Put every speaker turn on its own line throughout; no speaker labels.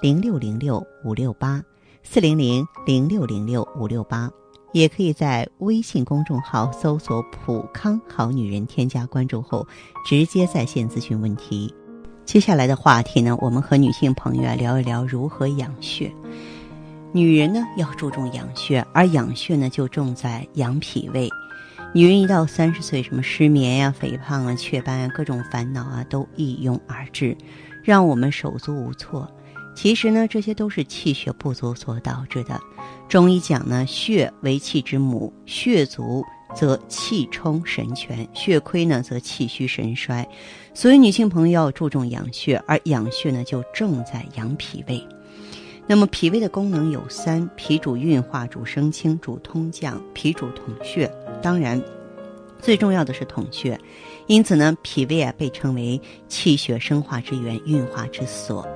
零六零六五六八四零零零六零六五六八，也可以在微信公众号搜索“普康好女人”，添加关注后直接在线咨询问题。接下来的话题呢，我们和女性朋友啊聊一聊如何养血。女人呢要注重养血，而养血呢就重在养脾胃。女人一到三十岁，什么失眠呀、肥胖啊、雀斑啊，各种烦恼啊都一拥而至，让我们手足无措。其实呢，这些都是气血不足所导致的。中医讲呢，血为气之母，血足则气充神全，血亏呢则气虚神衰。所以，女性朋友要注重养血，而养血呢就重在养脾胃。那么脾胃的功能有三：脾主运化，主升清，主通降。脾主统血，当然最重要的是统血。因此呢，脾胃啊被称为气血生化之源、运化之所。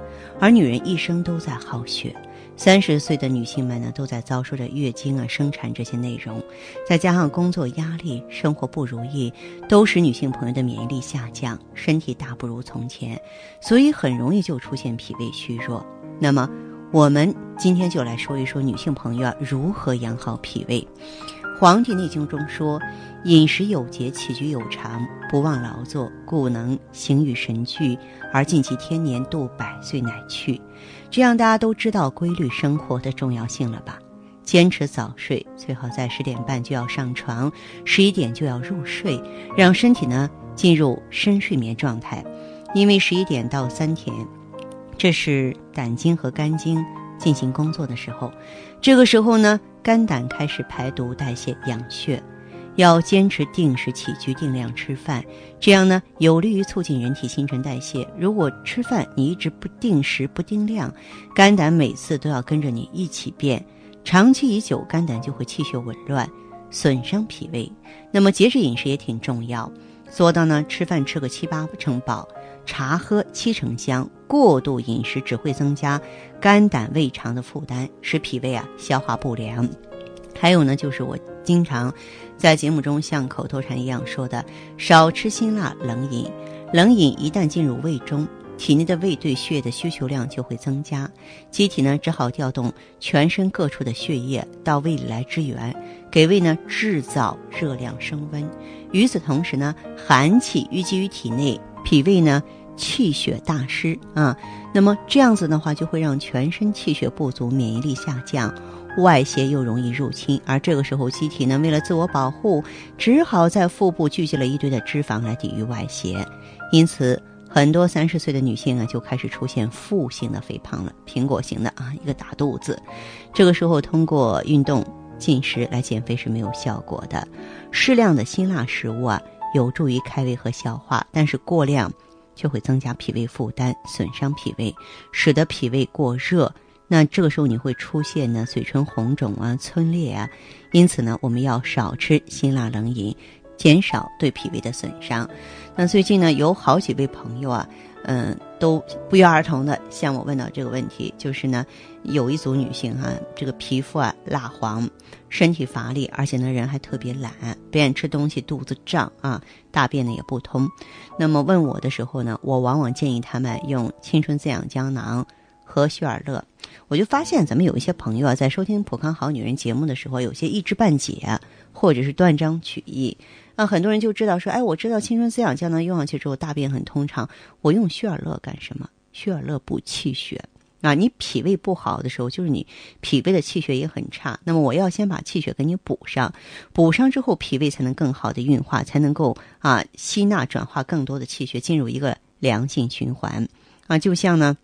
而女人一生都在耗血，三十岁的女性们呢都在遭受着月经啊、生产这些内容，再加上工作压力、生活不如意，都使女性朋友的免疫力下降，身体大不如从前，所以很容易就出现脾胃虚弱。那么我们今天就来说一说女性朋友啊如何养好脾胃。《黄帝内经》中说：“饮食有节，起居有常，不忘劳作，故能形与神俱，而尽其天年，度百岁乃去。”这样大家都知道规律生活的重要性了吧？坚持早睡，最好在十点半就要上床，十一点就要入睡，让身体呢进入深睡眠状态。因为十一点到三点这是胆经和肝经进行工作的时候，这个时候呢，肝胆开始排毒、代谢、养血，要坚持定时起居、定量吃饭，这样呢，有利于促进人体新陈代谢。如果吃饭你一直不定时、不定量，肝胆每次都要跟着你一起变，长期以久，肝胆就会气血紊乱，损伤脾胃。那么节制饮食也挺重要，做到呢，吃饭吃个七八成饱。茶喝七成香，过度饮食只会增加肝胆胃肠的负担，使脾胃啊消化不良。还有呢，就是我经常在节目中像口头禅一样说的，少吃辛辣冷饮。冷饮一旦进入胃中，体内的胃对血的需求量就会增加，机体呢只好调动全身各处的血液到胃里来支援，给胃呢制造热量升温。与此同时呢，寒气淤积于体内。脾胃呢，气血大失啊，那么这样子的话，就会让全身气血不足，免疫力下降，外邪又容易入侵。而这个时候，机体呢，为了自我保护，只好在腹部聚集了一堆的脂肪来抵御外邪。因此，很多三十岁的女性啊，就开始出现腹型的肥胖了，苹果型的啊，一个大肚子。这个时候，通过运动、进食来减肥是没有效果的，适量的辛辣食物啊。有助于开胃和消化，但是过量却会增加脾胃负担，损伤脾胃，使得脾胃过热。那这个时候你会出现呢嘴唇红肿啊、皴裂啊。因此呢，我们要少吃辛辣冷饮，减少对脾胃的损伤。那最近呢，有好几位朋友啊，嗯、呃，都不约而同的向我问到这个问题，就是呢，有一组女性哈、啊，这个皮肤啊蜡黄。身体乏力，而且呢人还特别懒，不愿吃东西，肚子胀啊，大便呢也不通。那么问我的时候呢，我往往建议他们用青春滋养胶囊和旭尔乐。我就发现咱们有一些朋友啊，在收听《普康好女人》节目的时候，有些一知半解，啊或者是断章取义。那呃很多人就知道说，哎，我知道青春滋养胶囊用上去之后大便很通畅，我用旭尔乐干什么？旭尔乐补气血。啊，你脾胃不好的时候，就是你脾胃的气血也很差。那么我要先把气血给你补上，补上之后，脾胃才能更好的运化，才能够啊吸纳转化更多的气血，进入一个良性循环啊。就像呢，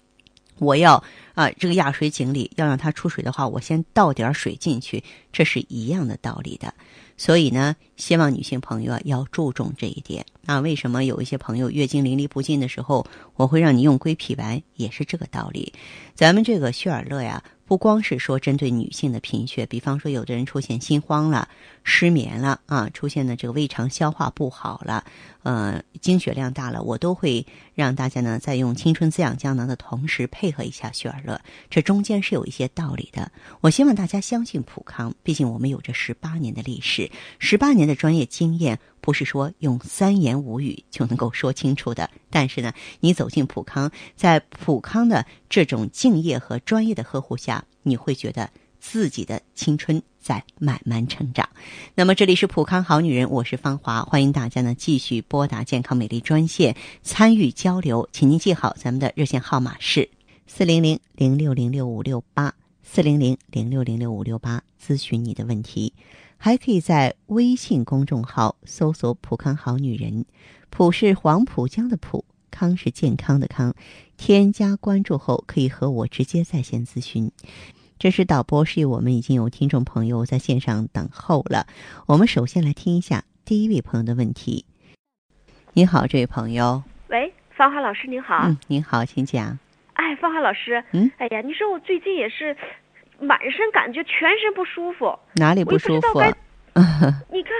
我要啊这个压水井里要让它出水的话，我先倒点儿水进去，这是一样的道理的。所以呢，希望女性朋友啊要注重这一点。那为什么有一些朋友月经淋漓不尽的时候，我会让你用归脾丸，也是这个道理。咱们这个血尔乐呀，不光是说针对女性的贫血，比方说有的人出现心慌了、失眠了啊，出现的这个胃肠消化不好了，呃，经血量大了，我都会让大家呢在用青春滋养胶囊的同时配合一下血尔乐，这中间是有一些道理的。我希望大家相信普康，毕竟我们有着十八年的历史，十八年的专业经验，不是说用三言五语就能够说清楚的。但是呢，你走进普康，在普康的这种敬业和专业的呵护下，你会觉得自己的青春在慢慢成长。那么这里是普康好女人，我是芳华，欢迎大家呢继续拨打健康美丽专线参与交流，请您记好咱们的热线号码是四零零零六零六五六八四零零零六零六五六八，咨询你的问题，还可以在微信公众号搜索“普康好女人”，普是黄浦江的浦，康是健康的康，添加关注后可以和我直接在线咨询。这是导播示意，我们已经有听众朋友在线上等候了。我们首先来听一下第一位朋友的问题。你好，这位朋友。
喂，芳华老师您好。
嗯，您好，请讲。
哎，芳华老师，
嗯，
哎呀，你说我最近也是满身感觉全身不舒服，
哪里不舒服啊？
你看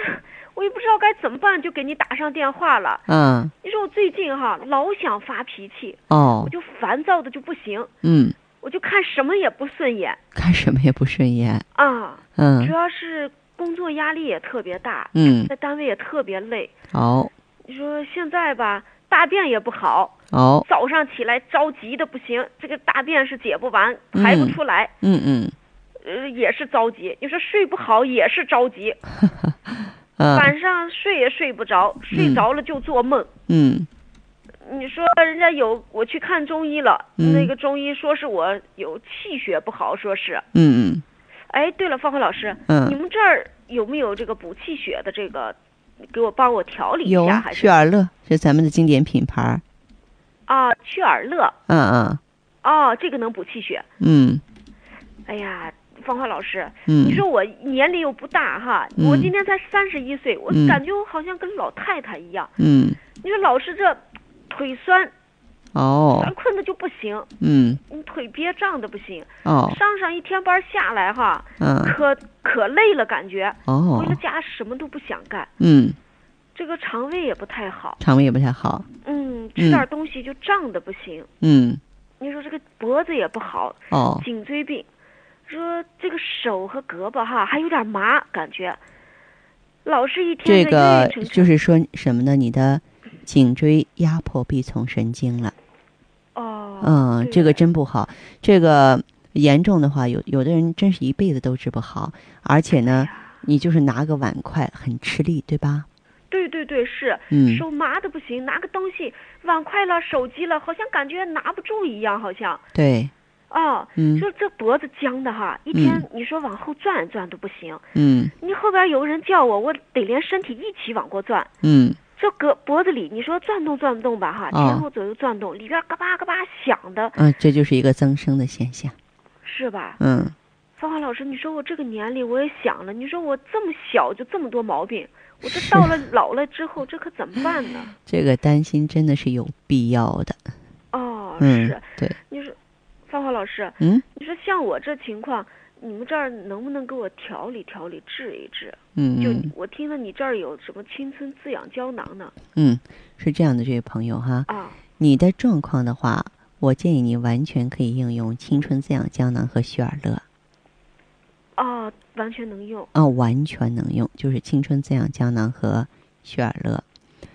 我也不知道该怎么办，就给你打上电话了。
嗯，
你说我最近哈老想发脾气，
哦
我，就烦躁的就不行，
嗯，
我就看什么也不顺眼
看什么也不顺眼。
啊，
嗯
主要是工作压力也特别大，
嗯，
在单位也特别累。
哦
你说现在吧，大便也不好，
哦，
早上起来着急的不行，这个大便是解不完，排不
嗯
出来。
嗯嗯
呃，也是着急。你说睡不好也是着急，
嗯
晚上睡也睡不着，睡着了就做梦。
嗯
你说人家有我去看中医了，
嗯
那个中医说是我有气血不好，说是。
嗯
哎，对了，芳华老师，
嗯
你们这儿有没有这个补气血的这个？给我帮我调理
嗯，
一
有
下，
啊
还，
血
是
尔乐是咱们的经典品牌儿。
啊，去尔乐
嗯嗯
哦，这个能补气血。
嗯
哎呀，芳华老师，
嗯，
你说我年龄又不大哈，
嗯
我今年才三十一岁，我
嗯
感觉我好像跟老太太一样。
嗯
你说老是这腿酸，
哦
咱困的就不行，
嗯
你腿憋胀的不行。
哦
上上一天班下来哈，
嗯
可可累了，感觉回了
哦
家什么都不想干，
嗯，
这个肠胃也不太好，
肠胃也不太好。
嗯，吃点东西就胀的不行。
嗯
你说这个脖子也不好，
哦
颈椎病，说这个手和胳膊哈还有点麻，感觉老是一天
这个
的晕晕沉沉。
就是说什么呢？你的颈椎压迫壁丛神经了。
哦，
嗯，
对
这个真不好。这个严重的话，有有的人真是一辈子都治不好，而且
哎
呢，你就是拿个碗筷很吃力，对吧？
对对对是，
嗯
手麻的不行，拿个东西，碗筷了、手机了，好像感觉拿不住一样，好像
对，
啊，
嗯
说这脖子僵的哈，一天你说往后转转都不行，
嗯
你后边有个人叫我，我得连身体一起往过转。
嗯
这胳脖子里，你说转动转不动吧，哈，
哦
前后左右转动，里边嘎巴嘎巴响的，
啊，这就是一个增生的现象。
是吧？
嗯
芳华老师，你说我这个年龄，我也想了，你说我这么小就这么多毛病，我这 到了老了之后，这可怎么办呢？
这个担心真的是有必要的。
哦，
嗯
是，，
对，
你说，芳华老师，
嗯
你说像我这情况，你们这儿能不能给我调理调理、治一治？就
嗯
我听到你这儿有什么青春滋养胶囊呢？
嗯，是这样的，这位朋友哈，
啊，
你的状况的话，我建议你完全可以应用青春滋养胶囊和雪尔乐。
哦，完全能用
啊，完全能用，就是青春滋养胶囊和雪尔乐。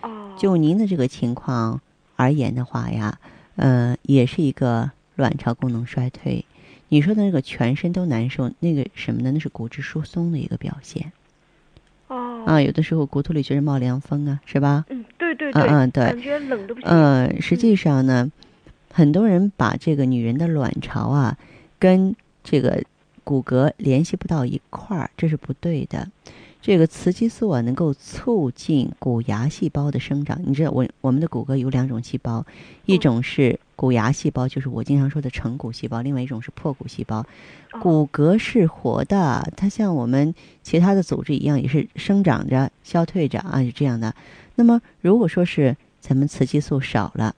哦。
就您的这个情况而言的话呀，呃，也是一个卵巢功能衰退。你说的那个全身都难受，那个什么呢？那是骨质疏松的一个表现
哦，
啊。有的时候骨头里就是冒凉风啊，是吧？
嗯，对对
嗯
对，
嗯对
感觉冷的不行。
呃，实际上呢，很多人把这个女人的卵巢啊，跟这个骨骼联系不到一块儿，这是不对的。这个雌激素啊，能够促进骨牙细胞的生长。你知道，我我们的骨骼有两种细胞，一种是骨牙细胞，就是我经常说的成骨细胞；，另外一种是破骨细胞。
哦
骨骼是活的，它像我们其他的组织一样，也是生长着、消退着啊，是这样的。那么，如果说是咱们雌激素少了，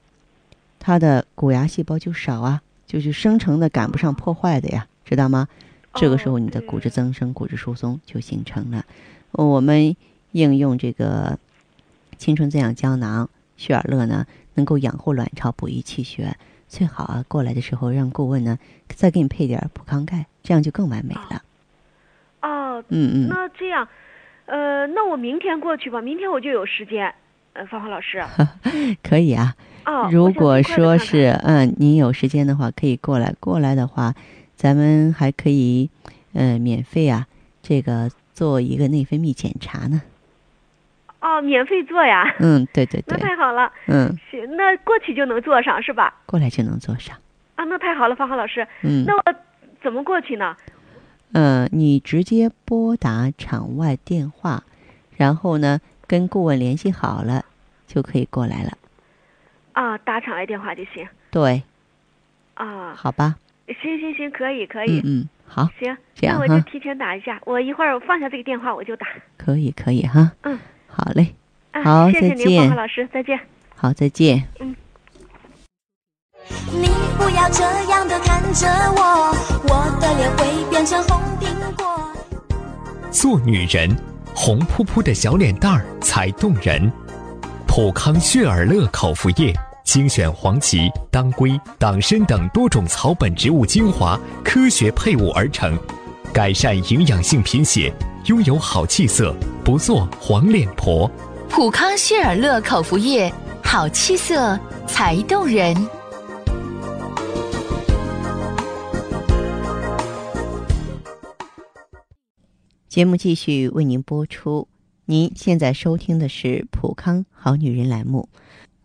它的骨牙细胞就少啊，就是生成的赶不上破坏的呀，知道吗？这个时候，
哦
你的骨质
嗯
增生、骨质疏松就形成了。呃我们应用这个青春滋养胶囊旭尔乐呢，能够养护卵巢、补益气血。最好啊，过来的时候让顾问呢再给你配点儿补康钙，这样就更完美了。
哦，
嗯嗯，
那这样，呃，那我明天过去吧，明天我就有时间。呃，芳华 老师，
可以啊。
哦，我
如
想
果
尽快地
说
看看
是嗯，你有时间的话，可以过来。过来的话，咱们还可以，呃，免费啊，这个做一个内分泌检查呢。
哦，免费做呀，
嗯，对对
那
对，
太好了，
嗯，
行，那过去就能做上是吧？
过来就能做上。
啊，那太好了，芳华老师，
嗯，
那我怎么过去呢？
呃，你直接拨打场外电话，然后呢，跟顾问联系好了，就可以过来了。
啊，打场外电话就行。
对，
啊，
好吧，
行行行，可以可
嗯
以，
嗯，好，
行，
这样
那我就
哈，
提前打一下，我一会儿放下这个电话我就打。
可以可以哈，
嗯，
好嘞，
啊，
好
谢谢
再
您，芳
见
华老师，再见。
好，再见。
你不要这样的看着我，我的脸会变成红苹果。
做女人，红扑扑的小脸蛋儿才动人。普康血尔乐口服液精选黄芪、当归、党参等多种草本植物精华，科学配伍而成，改善营养性贫血，拥有好气色，不做黄脸婆。
普康血尔乐口服液，好气色才动人。
节目继续为您播出。您现在收听的是《普康好女人》栏目，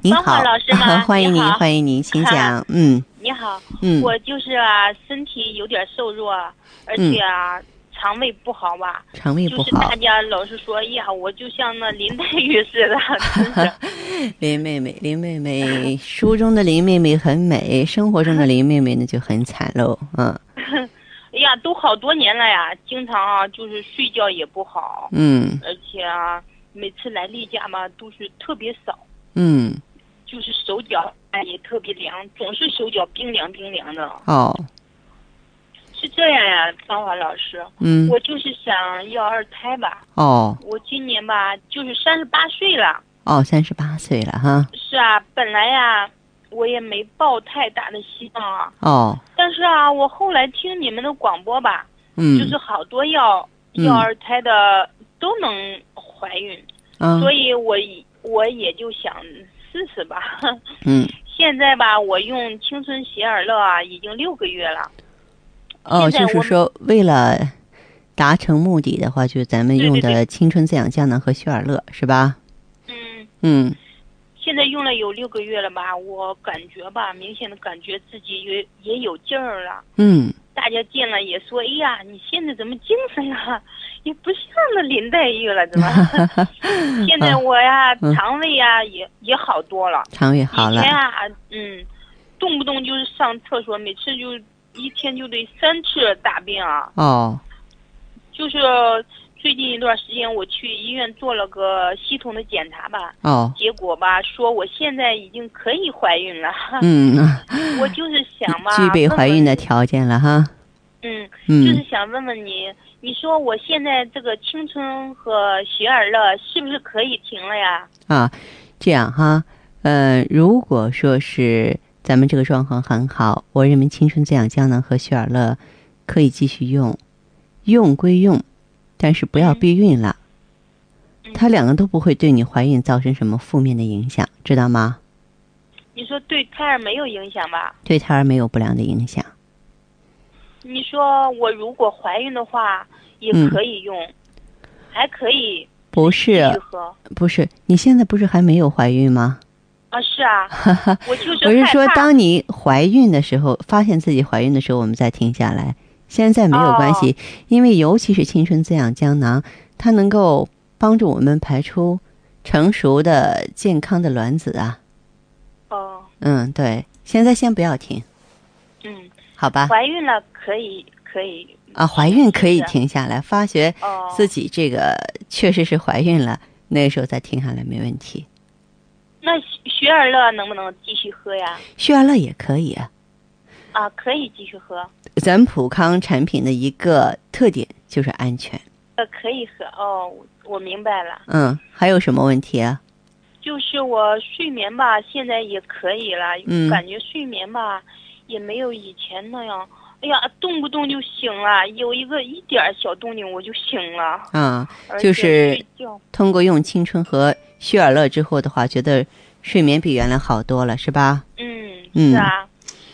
您
芳华
好，
老师吗
欢迎
你
您，
好
欢迎您，请讲。 嗯
你好，
嗯，
我就是啊，身体有点瘦弱，而且啊，肠胃不好吧，
肠胃不
就是
好
大，家老是说，哎呀，我就像那林黛玉似 的，真是
林妹妹，林妹妹，书中的林妹妹很美，生活中的林妹妹呢就很惨喽。嗯
哎呀，都好多年了呀，经常啊，就是睡觉也不好，
嗯
而且啊，每次来例假嘛，都是特别少，
嗯，
就是手脚哎也特别凉，总是手脚冰凉冰凉的，
哦，
是这样呀，芳华老师，
嗯
我就是想要二胎吧，
哦
我今年吧就是三十八岁了。
哦，三十八岁了哈，
是啊，本来呀、我也没抱太大的希望啊。
哦
但是啊，我后来听你们的广播吧，
嗯
就是好多要、
嗯
要二胎的都能怀孕，
啊
所以我以我也就想试试吧。
嗯
现在吧，我用青春喜尔乐啊，已经六个月了。
哦，
现在
就
我
是说为了达成目的的话，就是咱们
对
用
对对
的青春滋养胶囊和雪尔乐是吧？
嗯，
嗯。
现在用了有六个月了吧，我感觉吧，明显的感觉自己也也有劲儿了。
嗯
大家见了也说：“哎呀，你现在怎么精神啊？也不像那林黛玉了，怎么？ 现在我呀，
嗯
肠胃呀也也好多了。，
肠胃好
以
了
前，啊，嗯，动不动就是上厕所，每次就一天就得三次大便啊。
哦，
就是最近一段时间，我去医院做了个系统的检查吧，
哦，
结果吧说我现在已经可以怀 孕了。
嗯，
啊我就是想吧，
具备
问
怀
问
孕的
你
条件了哈，
嗯。”就是
嗯，
想问问你，你说我现在这个青春和雪尔乐是不是可以停了呀？
啊，这样哈，呃，如果说是咱们这个状况很好，我认为青春滋养胶囊和雪尔乐可以继续用，用归用，但是不要
嗯
避孕了。它两个都不会对你怀孕造成什么负面的影响，知道吗？
你说对胎儿没有影响吧？
对胎儿没有不良的影响。
你说我如果怀孕的话，也
嗯
可以用，还可以
不
继
是啊
续，喝
不是，你现在不是还没有怀孕吗？
啊？是 啊，我就是
我是
害
说，
怕
当你怀孕的时候，发现自己怀孕的时候，我们再停下来。现在没有关系，
哦
因为尤其是青春滋养胶囊，它能够帮助我们排出成熟的、健康的卵子啊。
哦，
嗯，对，现在先不要停，
嗯，
好吧？
怀孕了可以可以
啊，怀孕可以
是
停下来，发觉
哦，
自己这个确实是怀孕了，那个时候再停下来没问题。
那雪雪尔乐能不能继续喝呀？
血压乐也可以啊。
啊，可以继续喝，
咱普康产品的一个特点就是安全。
呃，可以喝哦，我我明白了，
嗯，还有什么问题啊？
就是我睡眠吧，现在也可以了，
嗯
感觉睡眠吧也没有以前那样，哎呀，动不动就醒了，有一个一点儿小动静我就醒了，
啊，
而
就
且
是
睡觉
通过用青春和旭尔乐之后的话，觉得睡眠比原来好多了，是吧？
嗯，
嗯
是啊，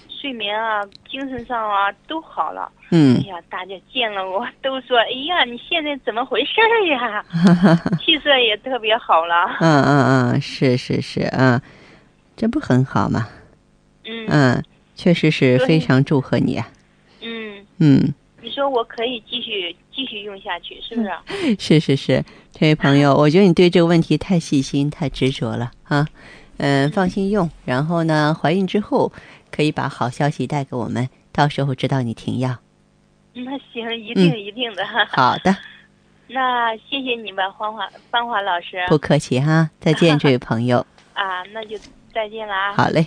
睡眠啊，精神上啊都好了。哎
嗯，
呀，大家见了我都说，哎呀，你现在怎么回事儿 呀？气色也特别好了。
嗯嗯嗯，是是是，嗯，这不很好吗？
嗯
嗯，确实是
对
非常祝贺你啊。
嗯，
嗯，
你说我可以继续继续用下去，是不是？
是是是，这位朋友，我觉得你对这个问题太细心、太执着了啊。嗯，放心用，然后呢，怀孕之后可以把好消息带给我们，到时候知道你停药。
嗯那行，
嗯
一定一定的。
好的，
那谢谢你吧，芳华芳华老师
不客气哈、再见，这位朋友。
啊，那就再见了啊。
好嘞。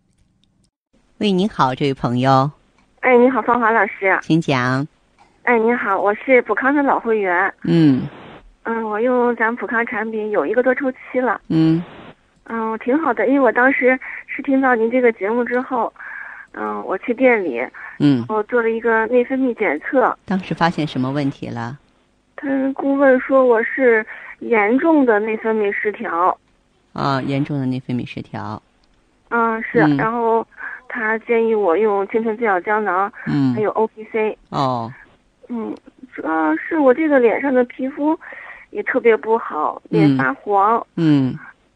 喂，您好，这位朋友，
哎，你好，芳华老师。
请讲。
哎，你好，我是普康的老会员。
嗯
嗯，我用咱普康产品有一个多周期了。
嗯
嗯，挺好的，因为我当时是听到您这个节目之后，嗯，我去店里，
嗯，
我做了一个内分泌检测，
当时发现什么问题了？
他顾问说我是严重的内分泌失调。
啊、严重的内分泌失调。
嗯，是，
嗯
然后他建议我用青春滋养胶囊，
嗯
还，有 O P C。
哦，
嗯，主要是我这个脸上的皮肤也特别不好，脸
嗯
发黄。
嗯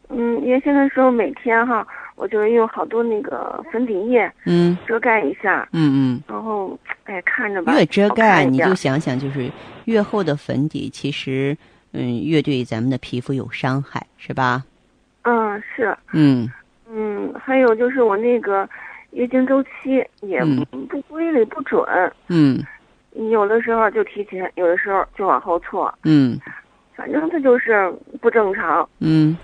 嗯，原先的时候每天哈，我就用好多那个粉底液
嗯
遮盖一下，
嗯
然后哎看着
嗯，
吧，
越遮盖
好看一
你
点
就想想，就是越厚的粉底，其实嗯，越对咱们的皮肤有伤害，是吧？
嗯是
嗯
嗯，还有就是我那个月经周期也
嗯
不不规律不准，
嗯
有的时候就提前，有的时候就往后错，
嗯
反正它就是不正常。
嗯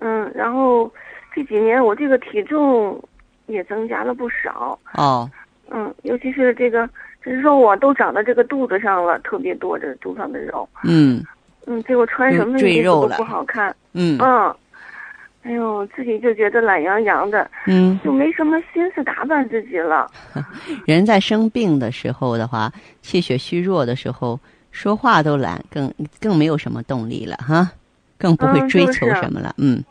嗯，然后这几年我这个体重也增加了不少，
哦
嗯，尤其是这个这肉啊都长到这个肚子上了，特别多这肚上的肉。
嗯
嗯，结果穿
就
什么
赘
衣
肉
服
了
都不好看。
嗯
嗯，哎呦，自己就觉得懒洋洋的，
嗯，
就没什么心思打扮自己了。
人在生病的时候的话，气血虚弱的时候，说话都懒，更更没有什么动力了哈，更不会
嗯
追
就
求
是
什么了。嗯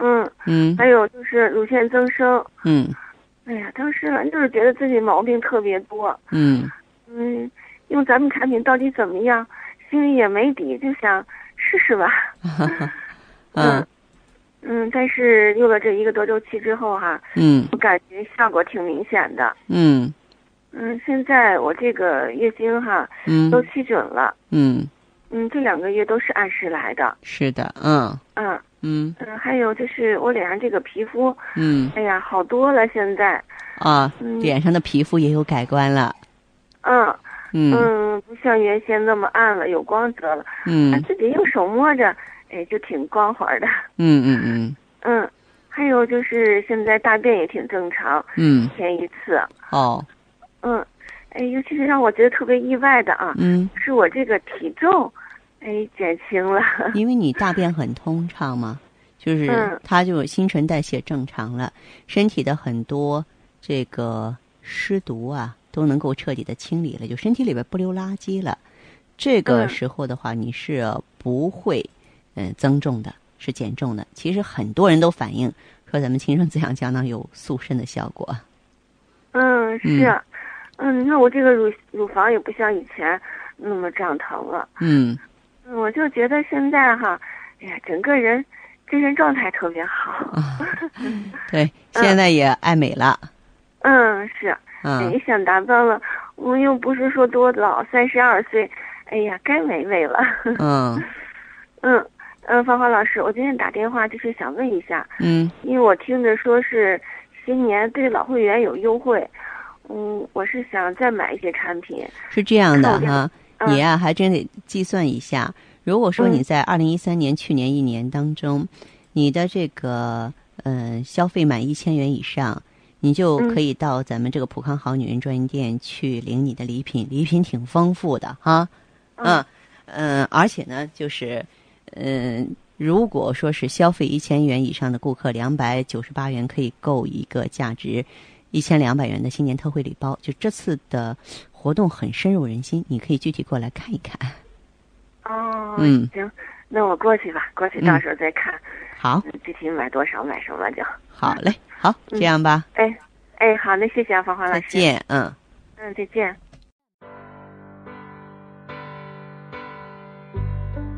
嗯，
嗯
还有就是乳腺增生。
嗯
哎呀，当时反正就是觉得自己毛病特别多。
嗯
嗯，用咱们产品到底怎么样，心里也没底，就想试试吧。
嗯
嗯，但是用了这一个多周期之后哈、
嗯
我感觉效果挺明显的。
嗯
嗯，现在我这个月经哈、都
嗯
七准了。
嗯，
嗯，这两个月都是按时来的。
是的，嗯
嗯，
嗯
嗯，还有就是我脸上这个皮肤，
嗯
哎呀，好多了现在。
啊，
嗯
脸上的皮肤也有改观了。
嗯
嗯
嗯，不像原先那么暗了，有光泽了。
嗯
啊，自己用手摸着，哎，就挺光滑的。
嗯嗯嗯
嗯，还有就是现在大便也挺正常，
嗯，
天一次。
哦，
嗯，哎，尤其是让我觉得特别意外的啊，
嗯，
是我这个体重，哎，减轻了。
因为你大便很通畅嘛，就是
嗯
它就新陈代谢正常了，身体的很多这个湿毒啊都能够彻底的清理了，就身体里边不留垃圾了。这个
嗯
时候的话，你是不会嗯增重的，是减重的。其实很多人都反映说，咱们青春滋养胶囊有塑身的效果。
嗯，是啊。嗯，你看我这个乳乳房也不像以前那么胀疼了。
嗯
嗯我就觉得现在哈，哎呀，整个人精神状态特别好。
啊，对，现在也爱美了。
嗯，是，
嗯
哎，想打扮了，我又不是说多老，三十二岁，哎呀，该美美了。
嗯
嗯嗯，芳芳老师，我今天打电话就是想问一下，
嗯
因为我听着说是新年对老会员有优惠，嗯，我是想再买一些产品。
是这样的
看我这
哈，
嗯
你啊还真得计算一下。如果说你
嗯
在二零一三年去年一年当中，你的这个呃消费满一千元以上，你就
嗯
可以到咱们这个普康好女人专营店去领你的礼品，礼品挺丰富的哈。嗯嗯、而且呢，就是嗯、如果说是消费一千元以上的顾客，两百九十八元可以购一个价值一千两百元的新年特惠礼包。就这次的活动很深入人心，你可以具体过来看一看。
哦，
嗯
行，那我过去吧，过去到时候再看、
好，
嗯具体买多少买什么就。
好嘞，好，这样吧，
哎哎，好，那谢谢啊，芳华老
再
师。。
见，嗯。
嗯，再见。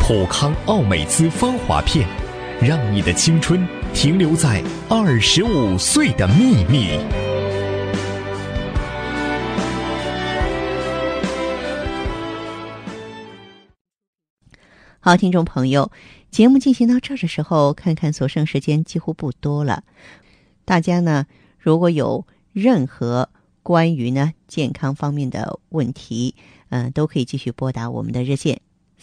普康奥美姿芳华片，让你的青春停留在二十五岁的秘密。
好，听众朋友，节目进行到这儿的时候，看看所剩时间几乎不多了。大家呢，如果有任何关于呢健康方面的问题，嗯、都可以继续拨打我们的热线